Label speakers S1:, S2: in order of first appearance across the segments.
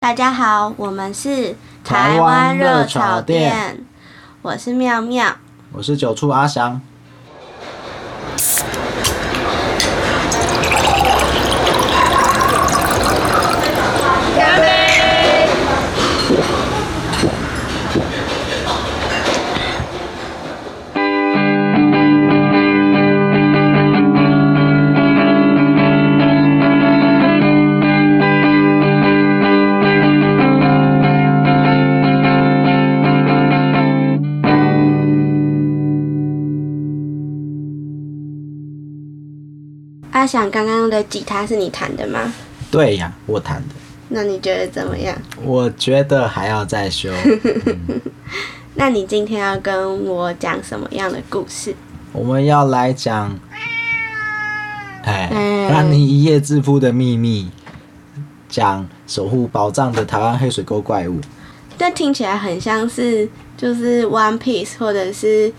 S1: 大家好，我们是
S2: 台湾热炒
S1: 台
S2: 店
S1: 湾热炒店，我是妙妙。
S2: 我是九处阿翔。
S1: 阿翔刚刚的吉他是你弹的吗？
S2: 对呀，我弹的，
S1: 那你觉得怎么样？
S2: 我觉得还要再 修。
S1: 那你今天要跟我讲什么样的故事？
S2: 我们要来讲，哎
S1: 嗯，
S2: 让你一夜致富的秘密，讲守护宝藏的台湾黑水沟怪物。
S1: 这听起来很像是就是 One Piece 或者是《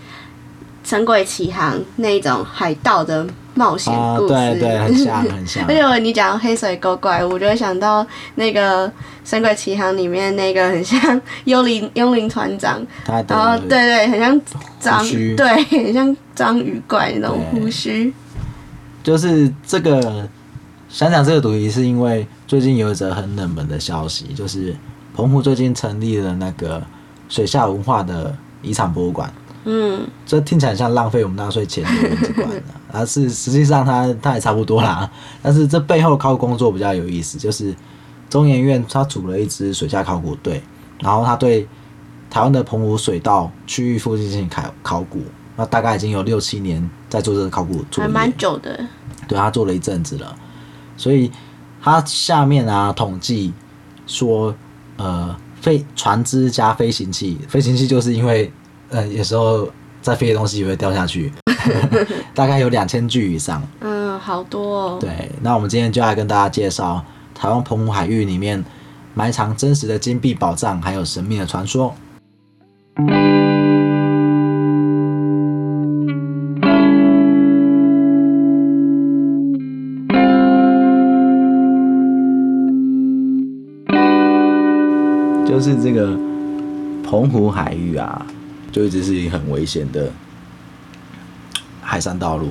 S1: 神鬼奇航》那种海盗的冒险
S2: 啊，
S1: 故事。
S2: 对对，很像 很像
S1: 而。且我你讲到黑水沟怪物，我就会想到那个《神鬼奇航》里面那个很像幽灵幽灵船长，
S2: 他
S1: 然后
S2: 的
S1: 哦对对，很像章
S2: 胡须
S1: 对，很像章鱼怪那种
S2: 对
S1: 胡须。
S2: 就是这个，想讲这个主题是因为最近有一则很冷门的消息，就是澎湖最近成立了那个水下文化的遗产博物馆。
S1: 嗯，
S2: 这听起来像浪费我们纳税钱的文字馆了，而啊是实际上它它也差不多啦。但是这背后靠工作比较有意思，就是中研院它组了一支水下考古队，然后它对台湾的澎湖水道区域附近进行考考古，那大概已经有六七年在做这个考古作
S1: 还
S2: 业，
S1: 蛮久的。
S2: 对他做了一阵子了，所以他下面啊统计说，呃，飞船只加飞行器，飞行器就是因为呃有时候在飞的东西也会掉下去， 大概有两千具以上。
S1: 嗯，好多哦。
S2: 对，那我们今天就来跟大家介绍台湾澎湖海域里面埋藏真实的金币宝藏，还有神秘的传说。就是这个澎湖海域啊，就一直是一个很危险的海上道路，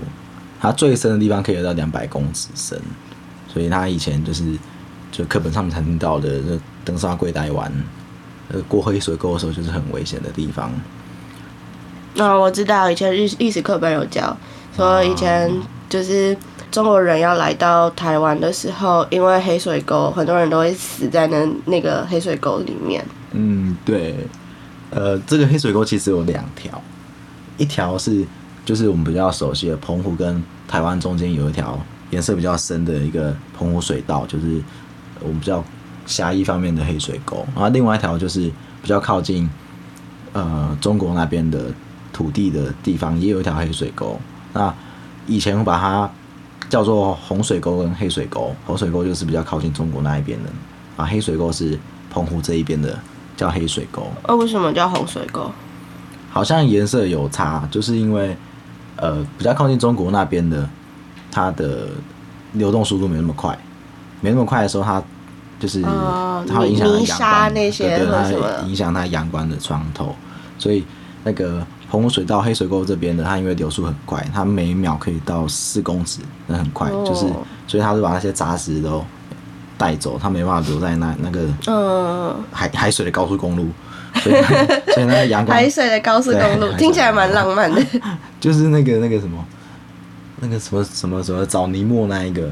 S2: 它最深的地方可以有到两百公尺深，所以它以前就是就课本上面才听到的，就登上柜台湾，呃，过黑水沟的时候就是很危险的地方。
S1: 那、哦我知道以前历历史课本有教，说以前就是中国人要来到台湾的时候，因为黑水沟，很多人都会死在那那个黑水沟里面。
S2: 嗯，对，呃，这个黑水沟其实有两条，一条是就是我们比较熟悉的澎湖跟台湾中间有一条颜色比较深的一个澎湖水道，就是我们比较狭义方面的黑水沟，然后另外一条就是比较靠近呃中国那边的土地的地方，也有一条黑水沟。那以前我把它叫做红水沟跟黑水沟，红水沟就是比较靠近中国那一边的，啊，黑水沟是澎湖这一边的，叫黑水沟。
S1: 哦，为什么叫洪水沟？
S2: 好像颜色有差，就是因为呃比较靠近中国那边的，它的流动速度没那么快，没那么快的时候，它就是、
S1: 哦
S2: 它会影响它
S1: 泥
S2: 阳
S1: 泥沙
S2: 光，
S1: 那些
S2: 对对，
S1: 或
S2: 它
S1: 者什么
S2: 会影响它阳光的穿透，所以那个澎湖水道黑水沟这边的，它因为流速很快，它每秒可以到四公尺，那很快，
S1: 哦
S2: 就是所以它就把那些杂质都带走，它没办法留在那那个
S1: 嗯，
S2: 海海水的高速公路，所以所以那个 阳光
S1: 海水的高速公路
S2: 对
S1: 听起来蛮浪 漫的。
S2: 就是那个那个什么，那个什么什么什么找尼莫那一个，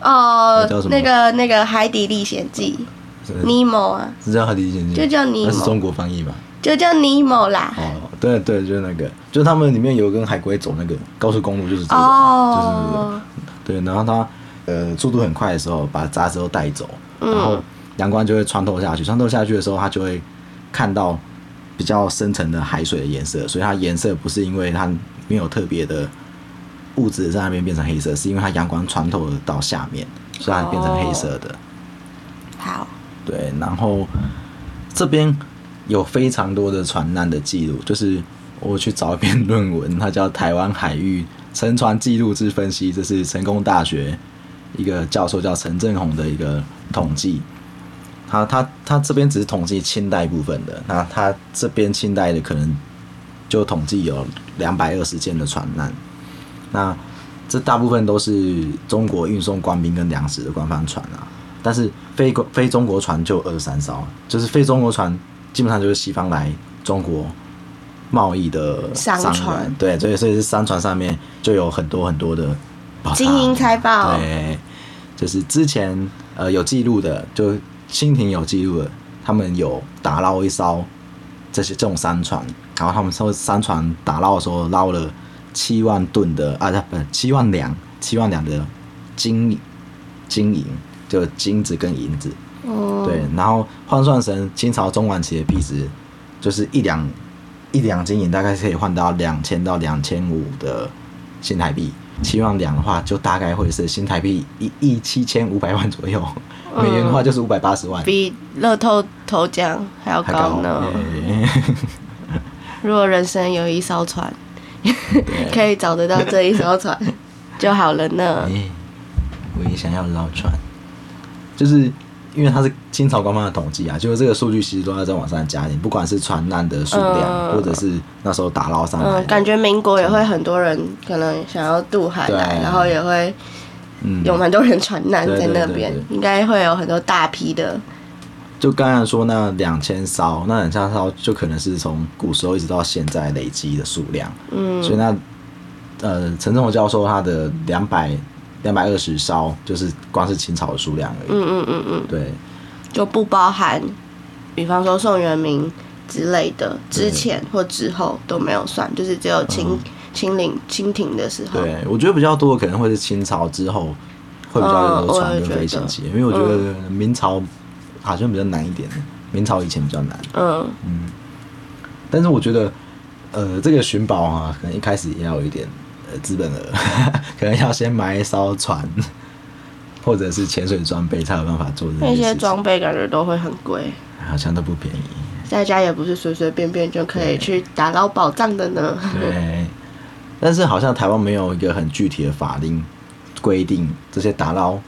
S1: 哦
S2: 那叫什，么嗯
S1: 那个那个《海底历险记》尼莫啊，
S2: 是叫他理解你，
S1: 就叫尼莫
S2: 那是中国翻译吧？
S1: 就叫尼莫啦。
S2: 哦，对对，就是那个，就他们里面有跟海龟走那个高速公路，就是这种，
S1: 哦，
S2: 就是对，然后它呃速度很快的时候，把杂质都带走，
S1: 嗯
S2: 然
S1: 哦
S2: 后阳光就会穿透下去，穿透下去的时候，它就会看到比较深层的海水的颜色，所以它颜色不是因为它没有特别的物质在那边变成黑色，是因为它阳光穿透了到下面，所以它变成黑色的。
S1: 好，
S2: 对，然后这边有非常多的船难的记录，就是我去找一篇论文，它叫《台湾海域沉船记录之分析》，这是成功大学一个教授叫陈正宏的一个统计。它它它这边只是统计清代部分的，那它这边清代的可能就统计有两百二十件的船难，那这大部分都是中国运送官兵跟粮食的官方船啊，但是非国非中国船就二三艘，就是非中国船基本上就是西方来中国贸易的
S1: 商
S2: 商
S1: 船
S2: 人对，所以所以是商船上面就有很多很多的宝藏
S1: 金银财宝
S2: 对，就是之前呃有记录的，就清廷有记录的，他们有打捞一艘这些这种商船，然后他们说商船打捞的时候捞了七万吨的啊，不七万两七万两的金金银，就金子跟银子，
S1: 哦，
S2: 对，然后换算成清朝中晚期的币值，就是一两一两金银大概可以换到两千到两千五的新台币，七万两的话就大概会是新台币一亿七千五百万左右，美元的话就是五百八十万，
S1: 嗯比乐透头奖还要
S2: 还高哎
S1: 高呢。
S2: 耶
S1: 如果人生有一艘船，
S2: 对，
S1: 可以找得到这一艘 船就好了呢。
S2: 耶哎我也想要捞船，就是。因为它是清朝官方的统计啊，就是这个数据其实都要再往上加一点，不管是船难的数量，
S1: 嗯
S2: 或者是那时候打捞上来
S1: 嗯，
S2: 的，
S1: 感觉民国也会很多人可能想要渡海来，
S2: 对
S1: 然后也会
S2: 嗯，
S1: 有蛮多人船难在那边
S2: 对对对，
S1: 应该会有很多大批的。
S2: 就刚才说那两千艘，那两千艘就可能是从古时候一直到现在累积的数量，所以
S1: 嗯，
S2: 那呃陈仲教授他的两百两百二十艘，就是光是清朝的数量而已。
S1: 嗯嗯嗯嗯，
S2: 对
S1: 就不包含，比方说宋元明之类的，之前或之后都没有算，就是只有清清领清廷的时候。
S2: 嗯
S1: 嗯
S2: 对，我觉得比较多的可能会是清朝之后会比较有船跟飞行器，因为我觉得明朝好像比较难一点，明朝以前比较难。
S1: 嗯，
S2: 但是我觉得，呃，这个寻宝啊，可能一开始也要有一点呃资本额， 可能要先买一艘船，或者是潜水装备才有办法做这
S1: 那
S2: 件
S1: 些
S2: 事情，
S1: 装备感觉都会很贵，
S2: 好像都不便宜。
S1: 在家也不是随随便便就可以
S2: 对
S1: 去打捞宝藏的呢。
S2: 对，但是好像台湾没有一个很具体的法令规定这些打捞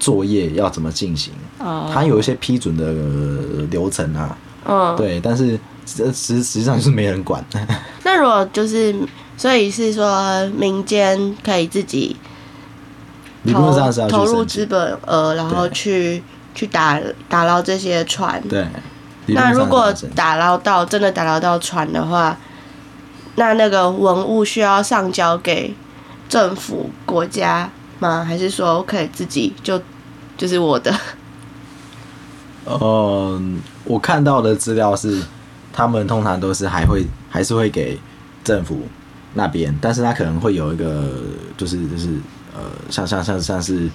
S2: 作业要怎么进行，它
S1: 哦，
S2: 有一些批准的呃流程啊，
S1: 嗯，
S2: 对，但是实实实际上就是没人管。
S1: 那如果就是，所以是说民间可以自己
S2: 理
S1: 投
S2: 论上是要去
S1: 投入
S2: 申请
S1: 资本额，然后
S2: 对
S1: 去去打打捞这些船。
S2: 对，理论
S1: 那
S2: 上
S1: 如
S2: 是
S1: 果
S2: 要申请
S1: 打捞到真的打捞到船的话，那那个文物需要上交给政府国家吗？还是说可以自己就就是我的？
S2: 嗯，我看到的资料是，他们通常都是还会还是会给政府那边，但是他可能会有一个就是就是呃，像像像像是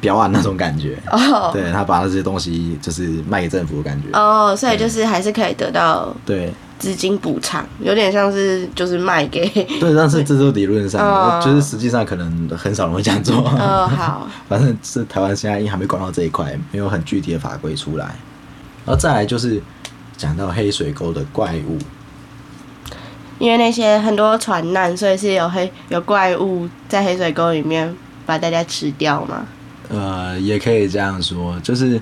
S2: 标案那种感觉，
S1: 哦
S2: 对他把那些东西就是卖给政府的感觉，
S1: 哦，所以就是还是可以得到
S2: 对
S1: 资金补偿，有点像是就是卖给
S2: 对，但是这都理论上
S1: 嗯
S2: 的，就是实际上可能很少人会这样做。
S1: 呃好，
S2: 反正是台湾现在还没管到这一块，没有很具体的法规出来。然后再来就是讲到黑水沟的怪物，
S1: 因为那些很多船难，所以是有黑有怪物在黑水沟里面把大家吃掉嘛。
S2: 呃，也可以这样说，就是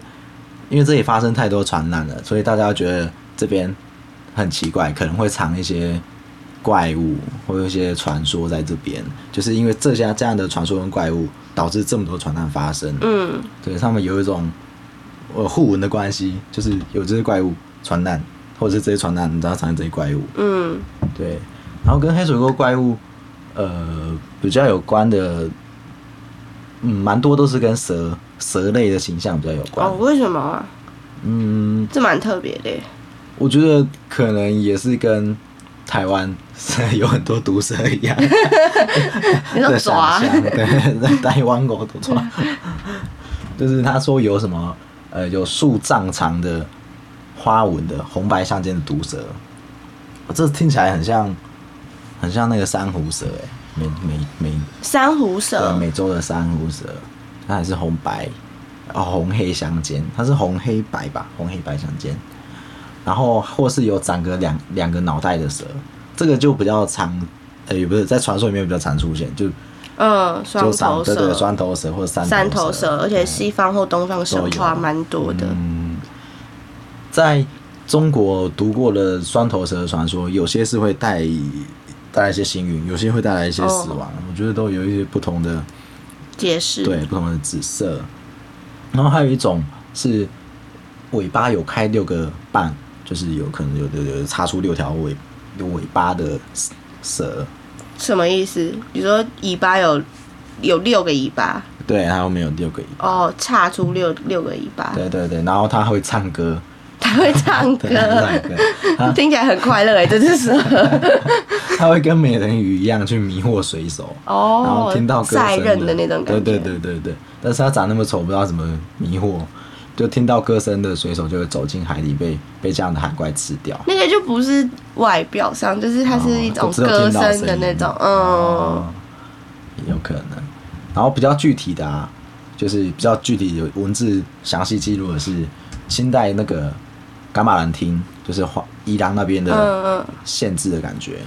S2: 因为这里发生太多传染了，所以大家觉得这边很奇怪，可能会藏一些怪物或有一些传说在这边，就是因为这些这样的传说跟怪物，导致这么多传染发生。
S1: 嗯，
S2: 对他们有一种呃互文的关系，就是有这些怪物传染，或者是这些传染然后传染这些怪物。
S1: 嗯，
S2: 对，然后跟黑水沟怪物，呃，比较有关的，嗯，蛮多都是跟蛇蛇类的形象比较有关。
S1: 哦，为什么啊？
S2: 嗯，
S1: 这蛮特别的耶。
S2: 我觉得可能也是跟台湾 有很多毒蛇一样
S1: 你说
S2: 的想
S1: 抓？
S2: 象，对，台湾狗都抓。 就是他说有什么呃，有数丈长的花纹的红白相间的毒蛇，我这听起来很像，很像那个珊瑚蛇哎、美美美
S1: 珊瑚
S2: 对，
S1: 蛇，
S2: 美洲的珊瑚蛇，它还是红白，哦，红黑相间，它是红黑白吧，红黑白相间。然后或是有长个两两个脑袋的蛇，这个就比较常，呃，也不是在传说里面比较常出现，就
S1: 嗯，双
S2: 就长
S1: 头
S2: 对
S1: 蛇
S2: 对，双头蛇或者三
S1: 三
S2: 头
S1: 头蛇，而且西方或东方神
S2: 都有
S1: 话蛮多的。
S2: 嗯，在中国读过的双头蛇的传说，有些是会带带来一些幸运，有些会带来
S1: 哦
S2: 一些死亡。我觉得都有一些不同的
S1: 解释。
S2: 对不同的紫色。然后还有一种是尾巴有开六个瓣，就是有可能有的有插出六条尾有尾巴的蛇。
S1: 什么意思？你说尾巴有有六个尾巴
S2: 对，它后面有六个尾巴。
S1: 哦，岔出六六个尾巴，
S2: 对对对，然后它会唱歌，
S1: 它会唱
S2: 对，啊它会
S1: 歌，
S2: 唱歌，它
S1: 听起来很快乐哎，这只 蛇
S2: 它会跟美人鱼一样去迷惑水手。然后
S1: 哦，
S2: 听到歌
S1: 赛
S2: 声
S1: 任的那种感觉，
S2: 对对对对对。但是他长那么丑，不知道怎么迷惑，就听到歌声的水手就会走进海里被被这样的海怪吃掉。
S1: 那个就不是外表上，就是它是一种
S2: 哦就只有
S1: 歌
S2: 听到
S1: 声的
S2: 音
S1: 那种，
S2: 哦
S1: 嗯，
S2: 有可能。然后比较具体的啊，就是比较具体有文字详细记录的是清代那个噶玛兰厅，就是华伊朗那边的
S1: 嗯嗯，
S2: 限制的感觉。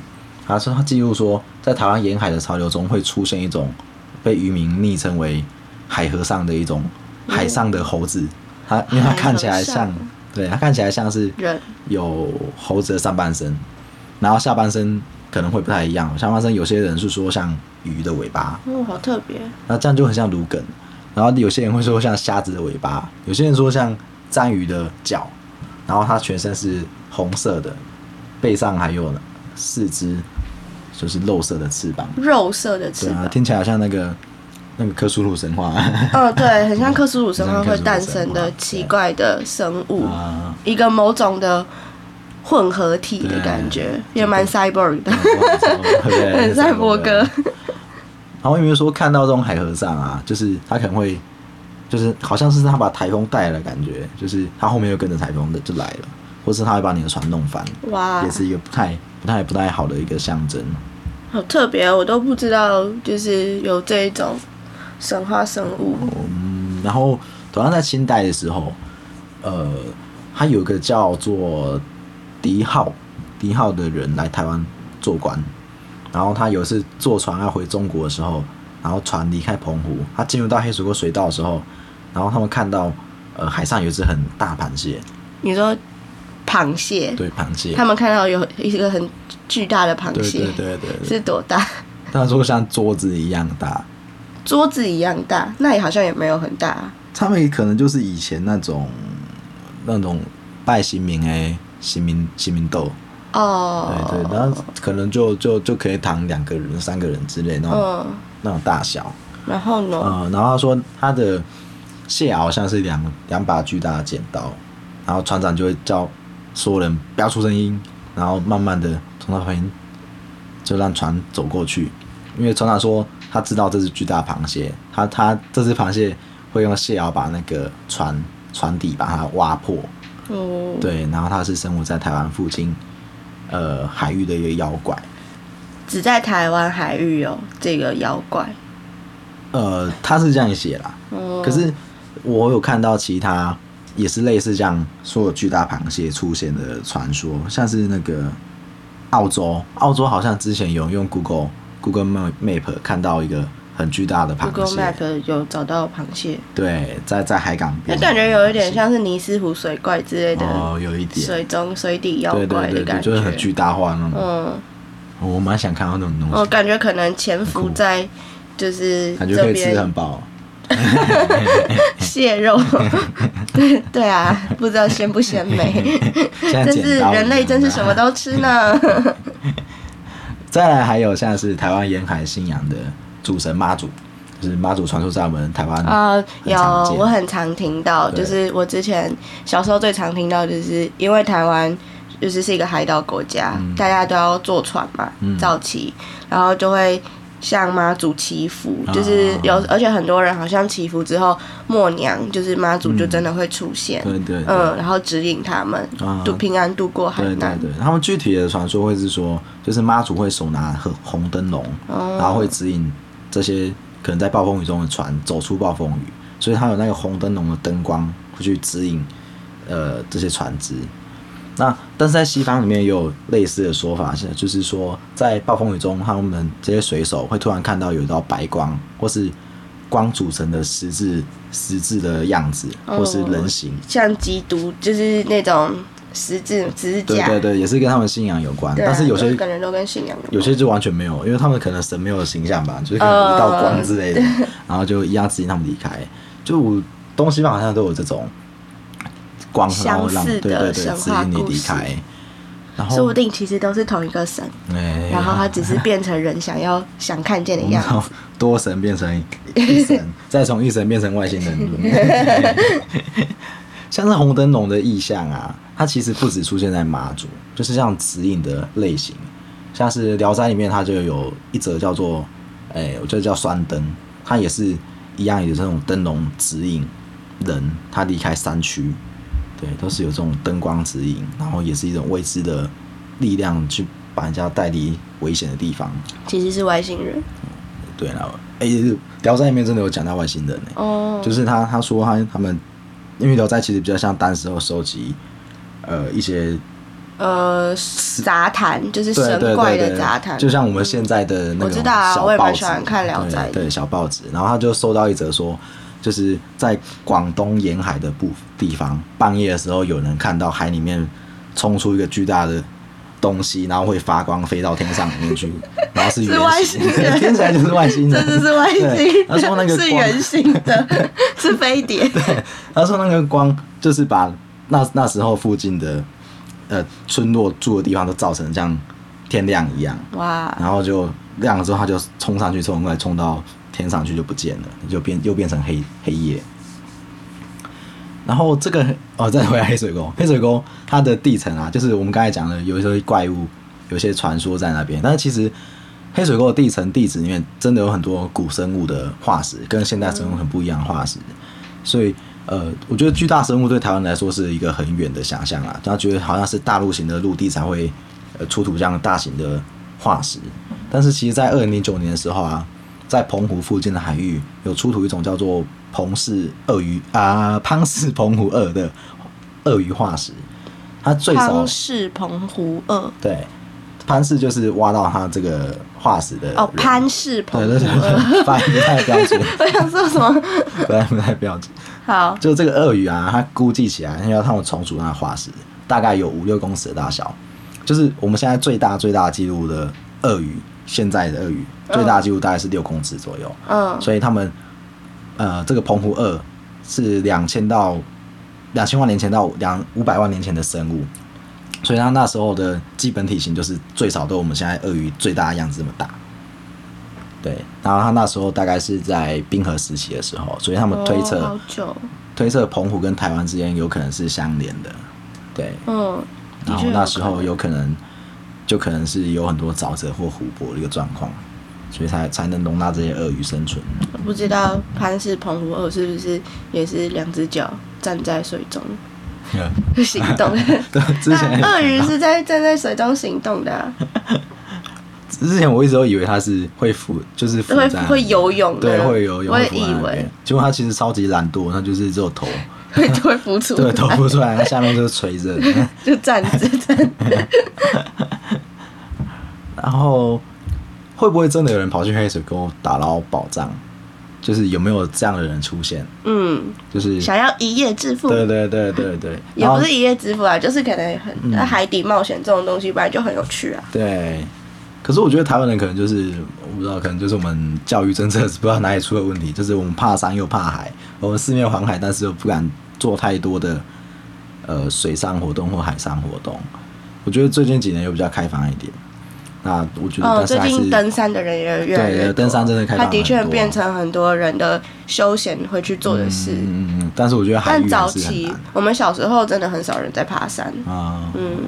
S2: 他说他记录说，在台湾沿海的潮流中会出现一种被渔民昵称为“海和尚”的一种海上的猴子。它因为它看起来
S1: 嗯海
S2: 像
S1: 和尚，
S2: 对它看起来像是
S1: 人
S2: 有猴子的上半身，然后下半身可能会不太一样。下半身有些人是说像鱼的尾巴，
S1: 哦，好特别，
S2: 那这样就很像芦梗。然后有些人会说像虾子的尾巴，有些人说像章鱼的脚，然后它全身是红色的，背上还有四只就是肉色的翅膀。
S1: 肉色的翅
S2: 对啊，
S1: 膀，
S2: 听起来好像那个那个科苏 鲁神话啊、
S1: 嗯，对，很像克苏鲁神话
S2: 很像克苏
S1: 会
S2: 鲁神话
S1: 诞生的奇怪的生物，
S2: 嗯
S1: 一个某种的混合体的感觉，
S2: 对
S1: 也蛮 cyborg 的，
S2: 对
S1: 很赛博格。
S2: 然后因为说看到这种海和尚啊，就是他可能会，就是好像是他把台风带来的感觉，就是他后面又跟着台风的就来了，或是他会把你的船弄翻，
S1: 哇
S2: 也，是一个不太不太不太好的一个象征。
S1: 好特别哦，我都不知道，就是有这一种神话生物。
S2: 嗯，然后同样在清代的时候，呃，他有一个叫做狄浩狄浩的人来台湾做官，然后他有一次坐船要回中国的时候，然后船离开澎湖，他进入到黑水沟水道的时候，然后他们看到呃海上有一只很大螃蟹，
S1: 你说螃蟹，
S2: 对螃蟹
S1: 他，们看到有一个很巨大的螃
S2: 对
S1: 蟹
S2: 对，对对对，
S1: 是多大？
S2: 他说像桌子一样大，
S1: 桌子一样大，那也好像也没有很大啊。
S2: 他们可能就是以前那种那种拜神明的神明神明斗。
S1: 哦，
S2: 对对，然后可能就就就可以躺两个人、三个人之类那种、
S1: 嗯，
S2: 那种大小。
S1: 然后呢？
S2: 呃，然后他说他的蟹螯像是两两把巨大的剪刀，然后船长就会叫所有人不要出声音，然后慢慢的从他旁边就让船走过去，因为船长说他知道这是巨大的螃蟹，他他这只螃蟹会用蟹螯把那个船船底把它挖破，
S1: 哦，
S2: 对，然后他是生活在台湾附近呃海域的一个妖怪。
S1: 只在台湾海域有这个妖怪。
S2: 呃，他是这样写啦，
S1: 哦，
S2: 可是我有看到其他也是类似这样说有巨大螃蟹出现的传说，像是那个澳洲，澳洲好像之前有用 Google Google Map- Map 看到一个很巨大的螃
S1: Google
S2: 蟹，
S1: Map 有找到螃蟹，
S2: 对，在在海港
S1: 那
S2: 边，
S1: 感觉有一点像是尼斯湖水怪之类的，
S2: 哦，有一点，
S1: 水中水底妖
S2: 对
S1: 怪
S2: 对
S1: 的
S2: 对对，
S1: 感觉。
S2: 就是很巨大化那种，哦
S1: 嗯，哦
S2: 我蛮想看到那种东西，
S1: 我感觉可能潜伏
S2: 很酷
S1: 在就是
S2: 感觉可
S1: 这
S2: 以吃
S1: 边
S2: 很饱。
S1: 蟹 肉，对对啊，不知道鲜不鲜 美，
S2: 现在
S1: 真
S2: 剪
S1: 是
S2: 刀
S1: 人类
S2: 一样啊
S1: 真是
S2: 的
S1: 什么都吃呢。
S2: 再来还有像是台湾沿海信仰的主神妈祖，就是妈祖传说在我们台湾
S1: 啊、
S2: 很
S1: 有
S2: 常见
S1: 我很常听到，
S2: 对
S1: 就是我之前小时候最常听到，就是因为台湾就是是一个海岛国家，大家都要坐船嘛，
S2: 嗯
S1: 早期，然后就会向妈祖祈福，就是
S2: 啊
S1: 有，而且很多人好像祈福之后，默娘就是妈祖就真的会出现，
S2: 对对对
S1: 嗯，然后指引他们
S2: 啊
S1: 渡、平安渡过海
S2: 对对
S1: 难，
S2: 对，他们具体的传说会是说，就是妈祖会手拿和红灯笼，然
S1: 哦
S2: 后会指引这些可能在暴风雨中的船走出暴风雨，所以它有那个红灯笼的灯光会去指引呃这些船只。那但是在西方里面也有类似的说法，是就是说在暴风雨中，他们这些水手会突然看到有一道白光，或是光组成的十字十字的样子，或是人形。
S1: 像基督就是那种十字十字
S2: 对
S1: 架，
S2: 对对，也是跟他们信仰有关，
S1: 对啊
S2: 但是有
S1: 都
S2: 些
S1: 感觉都跟信仰有关
S2: 有些就完全没有，因为他们可能神没有形象吧，就是可
S1: 呃
S2: 能一道光之类的，然后就一样指引他们离开。就我东西方好像都有这种光，然后
S1: 相
S2: 让对
S1: 似的
S2: 对对
S1: 神
S2: 指
S1: 话
S2: 引你
S1: 故
S2: 离
S1: 事
S2: 开。然
S1: 说
S2: 后
S1: 不，定其实都是同一个神，
S2: 哎
S1: 然后他只是变成人想要想看见的样
S2: 然
S1: 子。
S2: 后多神变成一神， 再从一神变成外星人。像是红灯笼的意象啊，它其实不只出现在马祖，就是像指引的类型，像是《聊斋》里面它就有一则叫做，哎、我觉得叫酸灯，它也是一样有这种灯笼指引人，他离开山区，对，都是有这种灯光指引，然后也是一种未知的力量去把人家带离危险的地方。
S1: 其实是外星人
S2: 对啦，哎、聊斋》里面真的有讲到外星人呢、
S1: 哦，
S2: 就是他他说他他们，因为《聊斋》其实比较像当时候收集，呃，一些
S1: 呃杂谈，就是
S2: 对对
S1: 神怪
S2: 对
S1: 的
S2: 对
S1: 杂谈，
S2: 就像我们现在的那
S1: 我
S2: 种
S1: 知道啊
S2: 小
S1: 我也蛮
S2: 报纸
S1: 喜欢看聊
S2: 对
S1: 斋的
S2: 对小报纸，然后他就收到一则说，就是在广东沿海的部地方，半夜的时候有人看到海里面冲出一个巨大的。东西，然后会发光，飞到天上里面去，然后是圆
S1: 外
S2: 形
S1: 星人
S2: 听起来就是外星人，
S1: 这只是外星
S2: 对
S1: 人，
S2: 他说那个
S1: 是
S2: 光
S1: 圆形 的，是飞碟。
S2: 他说那个光就是把那那时候附近的呃村落住的地方都造成像天亮一样，
S1: 哇，
S2: 然后就亮了之后，他就冲上去，冲过来，冲到天上去就不见了，就变又变成黑黑夜。然后这个哦，再回来黑水沟，黑水沟它的地层啊，就是我们刚才讲的，有一些怪物，有一些传说在那边，但是其实黑水沟的地层地质里面真的有很多古生物的化石，跟现代生物很不一样的化石，所以。呃，我觉得巨大生物对台湾来说是一个很远的想象啦，他觉得好像是大陆型的陆地才会呃出土这样大型的化石，但是其实，在二零零九年的时候啊，在澎湖附近的海域有出土一种叫做彭氏鳄鱼啊， 潘氏澎湖鳄的鳄鱼化石，它最少
S1: 康氏澎湖二
S2: 对潘氏就是挖到它这个化石的
S1: 哦，
S2: 人
S1: 潘氏澎
S2: 对
S1: 湖
S2: 对对
S1: 二，
S2: 对，发音不太标准，
S1: 我想说什么？
S2: 发音不太标准。
S1: 好，
S2: 就这个鳄鱼啊，它估计起来，要他们重组它的化石，大概有五六公尺的大小，就是我们现在最大最大记录的鳄鱼，现在的鳄鱼最大记录大概是六公尺左右，
S1: 嗯，
S2: 所以他们呃，这个澎湖鳄是两千到两千万年前到两五百万年前的生物，所以它那时候的基本体型就是最少都我们现在鳄鱼最大的样子这么大。对，然后它那时候大概是在冰河时期的时候，所以他们推测、
S1: 哦好久，
S2: 推测澎湖跟台湾之间有可能是相连的，对。
S1: 嗯，的
S2: 然后
S1: 确
S2: 那时
S1: 可
S2: 候
S1: 能
S2: 有可能，就可能是有很多沼泽或湖泊的一个状况，所以才才能容纳这些鳄鱼生存。
S1: 我不知道潘氏澎湖二是不是也是两只脚站在水中行动？
S2: 对， 之前
S1: 那鳄鱼是在站在水中行动的啊、
S2: 之前我一直都以为它是会浮，就是浮
S1: 会
S2: 在那
S1: 会
S2: 边
S1: 游泳的，
S2: 对，会游泳，
S1: 我
S2: 会
S1: 也
S2: 浮在
S1: 以
S2: 那
S1: 为
S2: 边。结果它其实超级懒惰，它就是只有头，
S1: 会会浮出
S2: 对，
S1: 来，
S2: 头不出来，它下面就是垂着。
S1: 就站 着站着。
S2: 然后会不会真的有人跑去黑水沟打捞宝藏？就是有没有这样的人出现？
S1: 嗯，
S2: 就是
S1: 想要一夜致富，
S2: 对对对对对，
S1: 也
S2: 然后嗯
S1: 不是一夜致富啊，就是可能很、那海底冒险这种东西本来就很有趣啊。
S2: 对。可是我觉得台湾人可能就是我不知道，可能就是我们教育政策 是不知道哪里出了问题，就是我们怕山又怕海，我们四面环海，但是又不敢做太多的呃水上活动或海上活动。我觉得最近几年又比较开放一点。那我觉
S1: 嗯，
S2: 得，但是
S1: 最
S2: 还是、
S1: 近登山的人也越来越
S2: 对
S1: 多，
S2: 登山真的开放
S1: 它的确
S2: 很多
S1: 变成很多人的休闲会去做的事。
S2: 嗯嗯嗯，但是我觉得海
S1: 但
S2: 域
S1: 早
S2: 还是很
S1: 期
S2: 难
S1: 我们小时候真的很少人在爬山，
S2: 啊。
S1: 嗯，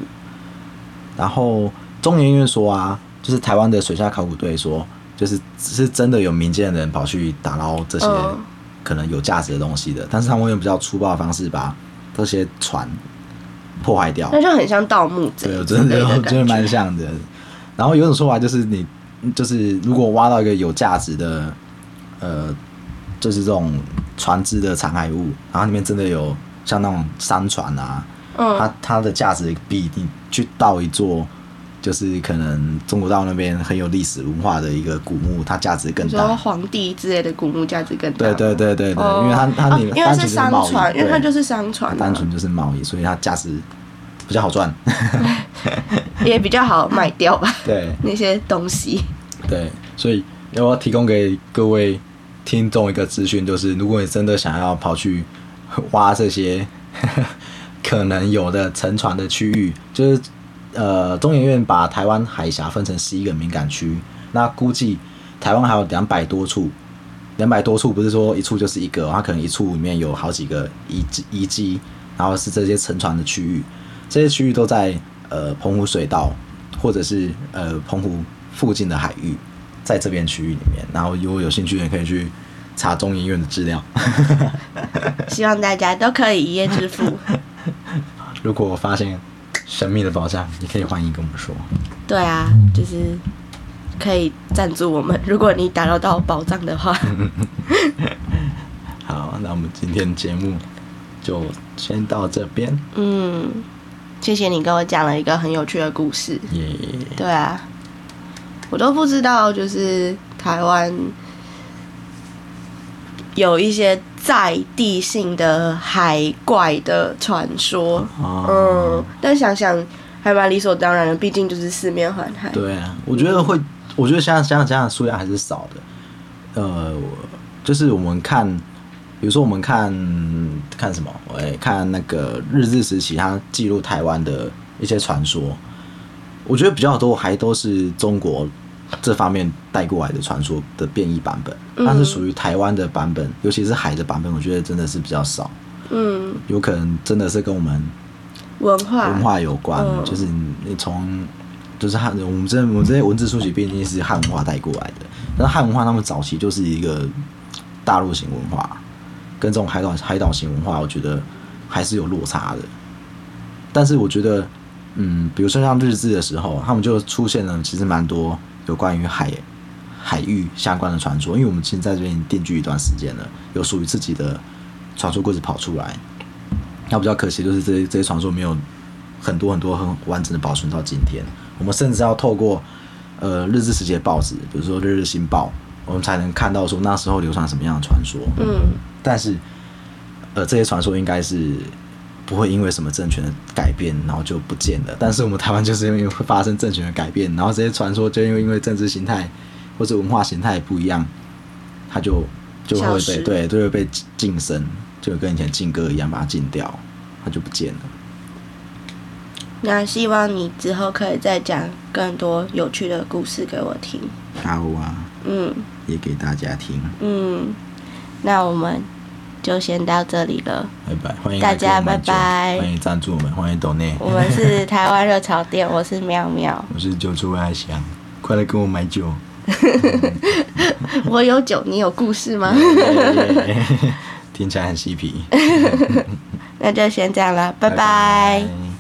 S2: 然后中研院说啊，就是台湾的水下考古队说，就是只是真的有民间的人跑去打捞这些
S1: 嗯
S2: 可能有价值的东西的，但是他们用比较粗暴的方式把这些船破坏掉。
S1: 那就很像盗墓贼
S2: 对，
S1: 之
S2: 真
S1: 类
S2: 的
S1: 的
S2: 我
S1: 感
S2: 觉得蛮像的。然后有种说法就是你，就是如果挖到一个有价值的，呃，就是这种船只的残骸物，然后里面真的有像那种商船啊，
S1: 嗯
S2: 它它的价值比你去到一座就是可能中国大陆那边很有历史文化的一个古墓，它价值更
S1: 你说
S2: 大。
S1: 皇帝之类的古墓价值更大。
S2: 对对对对对，
S1: 哦，
S2: 因为它它
S1: 哦
S2: 你
S1: 因为
S2: 单纯
S1: 是
S2: 是
S1: 商
S2: 贸易
S1: 船，因为它
S2: 对
S1: 就是商船啊，
S2: 单纯就是贸易，所以它价值比较好赚。
S1: 也比较好卖掉吧
S2: 对
S1: 那些东西。
S2: 对，所以要不要提供给各位听众一个资讯，就是如果你真的想要跑去挖这些 可能有的沉船的区域，就是呃，中研院把台湾海峡分成十一个敏感区，那估计台湾还有两百多处。两百多处不是说一处就是一个哦，它可能一处里面有好几个遗迹遗迹，然后是这些沉船的区域，这些区域都在呃澎湖水道或者是呃澎湖附近的海域，在这边区域里面，然后如果有兴趣的可以去查中研院的资料。
S1: 希望大家都可以一夜致 富。
S2: 如果我发现神秘的宝藏，你可以欢迎跟我们说。
S1: 对啊，就是可以赞助我们，如果你打捞到宝藏的 话。
S2: 好，那我们今天节目就先到这边，
S1: 嗯，谢谢你跟我讲了一个很有趣的故事。
S2: 耶、
S1: 对啊，我都不知道，就是台湾有一些在地性的海怪的传说。
S2: 哦
S1: 嗯，但想想还蛮理所当然的，毕竟就是四面环海。
S2: 对啊，我觉得会，我觉得现在现在现在的数量还是少的。呃，我就是我们看，比如说我们看看什么？哎、看那个日治时期，它记录台湾的一些传说。我觉得比较多还都是中国这方面带过来的传说的变异版本，但是属于台湾的版本，尤其是海的版本，我觉得真的是比较少。
S1: 嗯，
S2: 有可能真的是跟我们
S1: 文化，
S2: 文化有关，
S1: 嗯
S2: 就是你你从就是汉，我们这我们这些文字书写毕竟是汉文化带过来的，但是汉文化他们早期就是一个大陆型文化，跟这种海岛海岛型文化，我觉得还是有落差的。但是我觉得，嗯，比如说像日志的时候，他们就出现了其实蛮多有关于海海域相关的传说，因为我们现在这边定居一段时间了，有属于自己的传说故事跑出来。那比较可惜就是这些这些传说没有很多很多很完整的保存到今天。我们甚至要透过呃日治时期的报纸，比如说《日日新报》，我们才能看到说那时候流传什么样的传说。
S1: 嗯
S2: 但是呃这些传说应该是不会因为什么政权的改变，然后就不见了。但是我们台湾就是因为会发生政权的改变，然后这些传说就因为因为政治形态或者文化形态不一样，它就就会
S1: 消
S2: 被
S1: 失
S2: 对就会被晋升，就跟以前禁歌一样把它禁掉，它就不见了。
S1: 那希望你之后可以再讲更多有趣的故事给我听。
S2: 好啊，
S1: 嗯
S2: 也给大家听，
S1: 嗯，那我们就先到这里了。
S2: 拜拜，欢迎
S1: 大
S2: 来跟
S1: 家
S2: 我们
S1: 拜拜
S2: 酒欢迎赞助我们，欢迎抖内，
S1: 我们是台湾热潮店，我是妙妙，
S2: 我是九出爱香，快来跟我买酒。
S1: 我有酒，你有故事吗？
S2: 听起来很嬉皮，
S1: 那就先这样了，拜拜
S2: 拜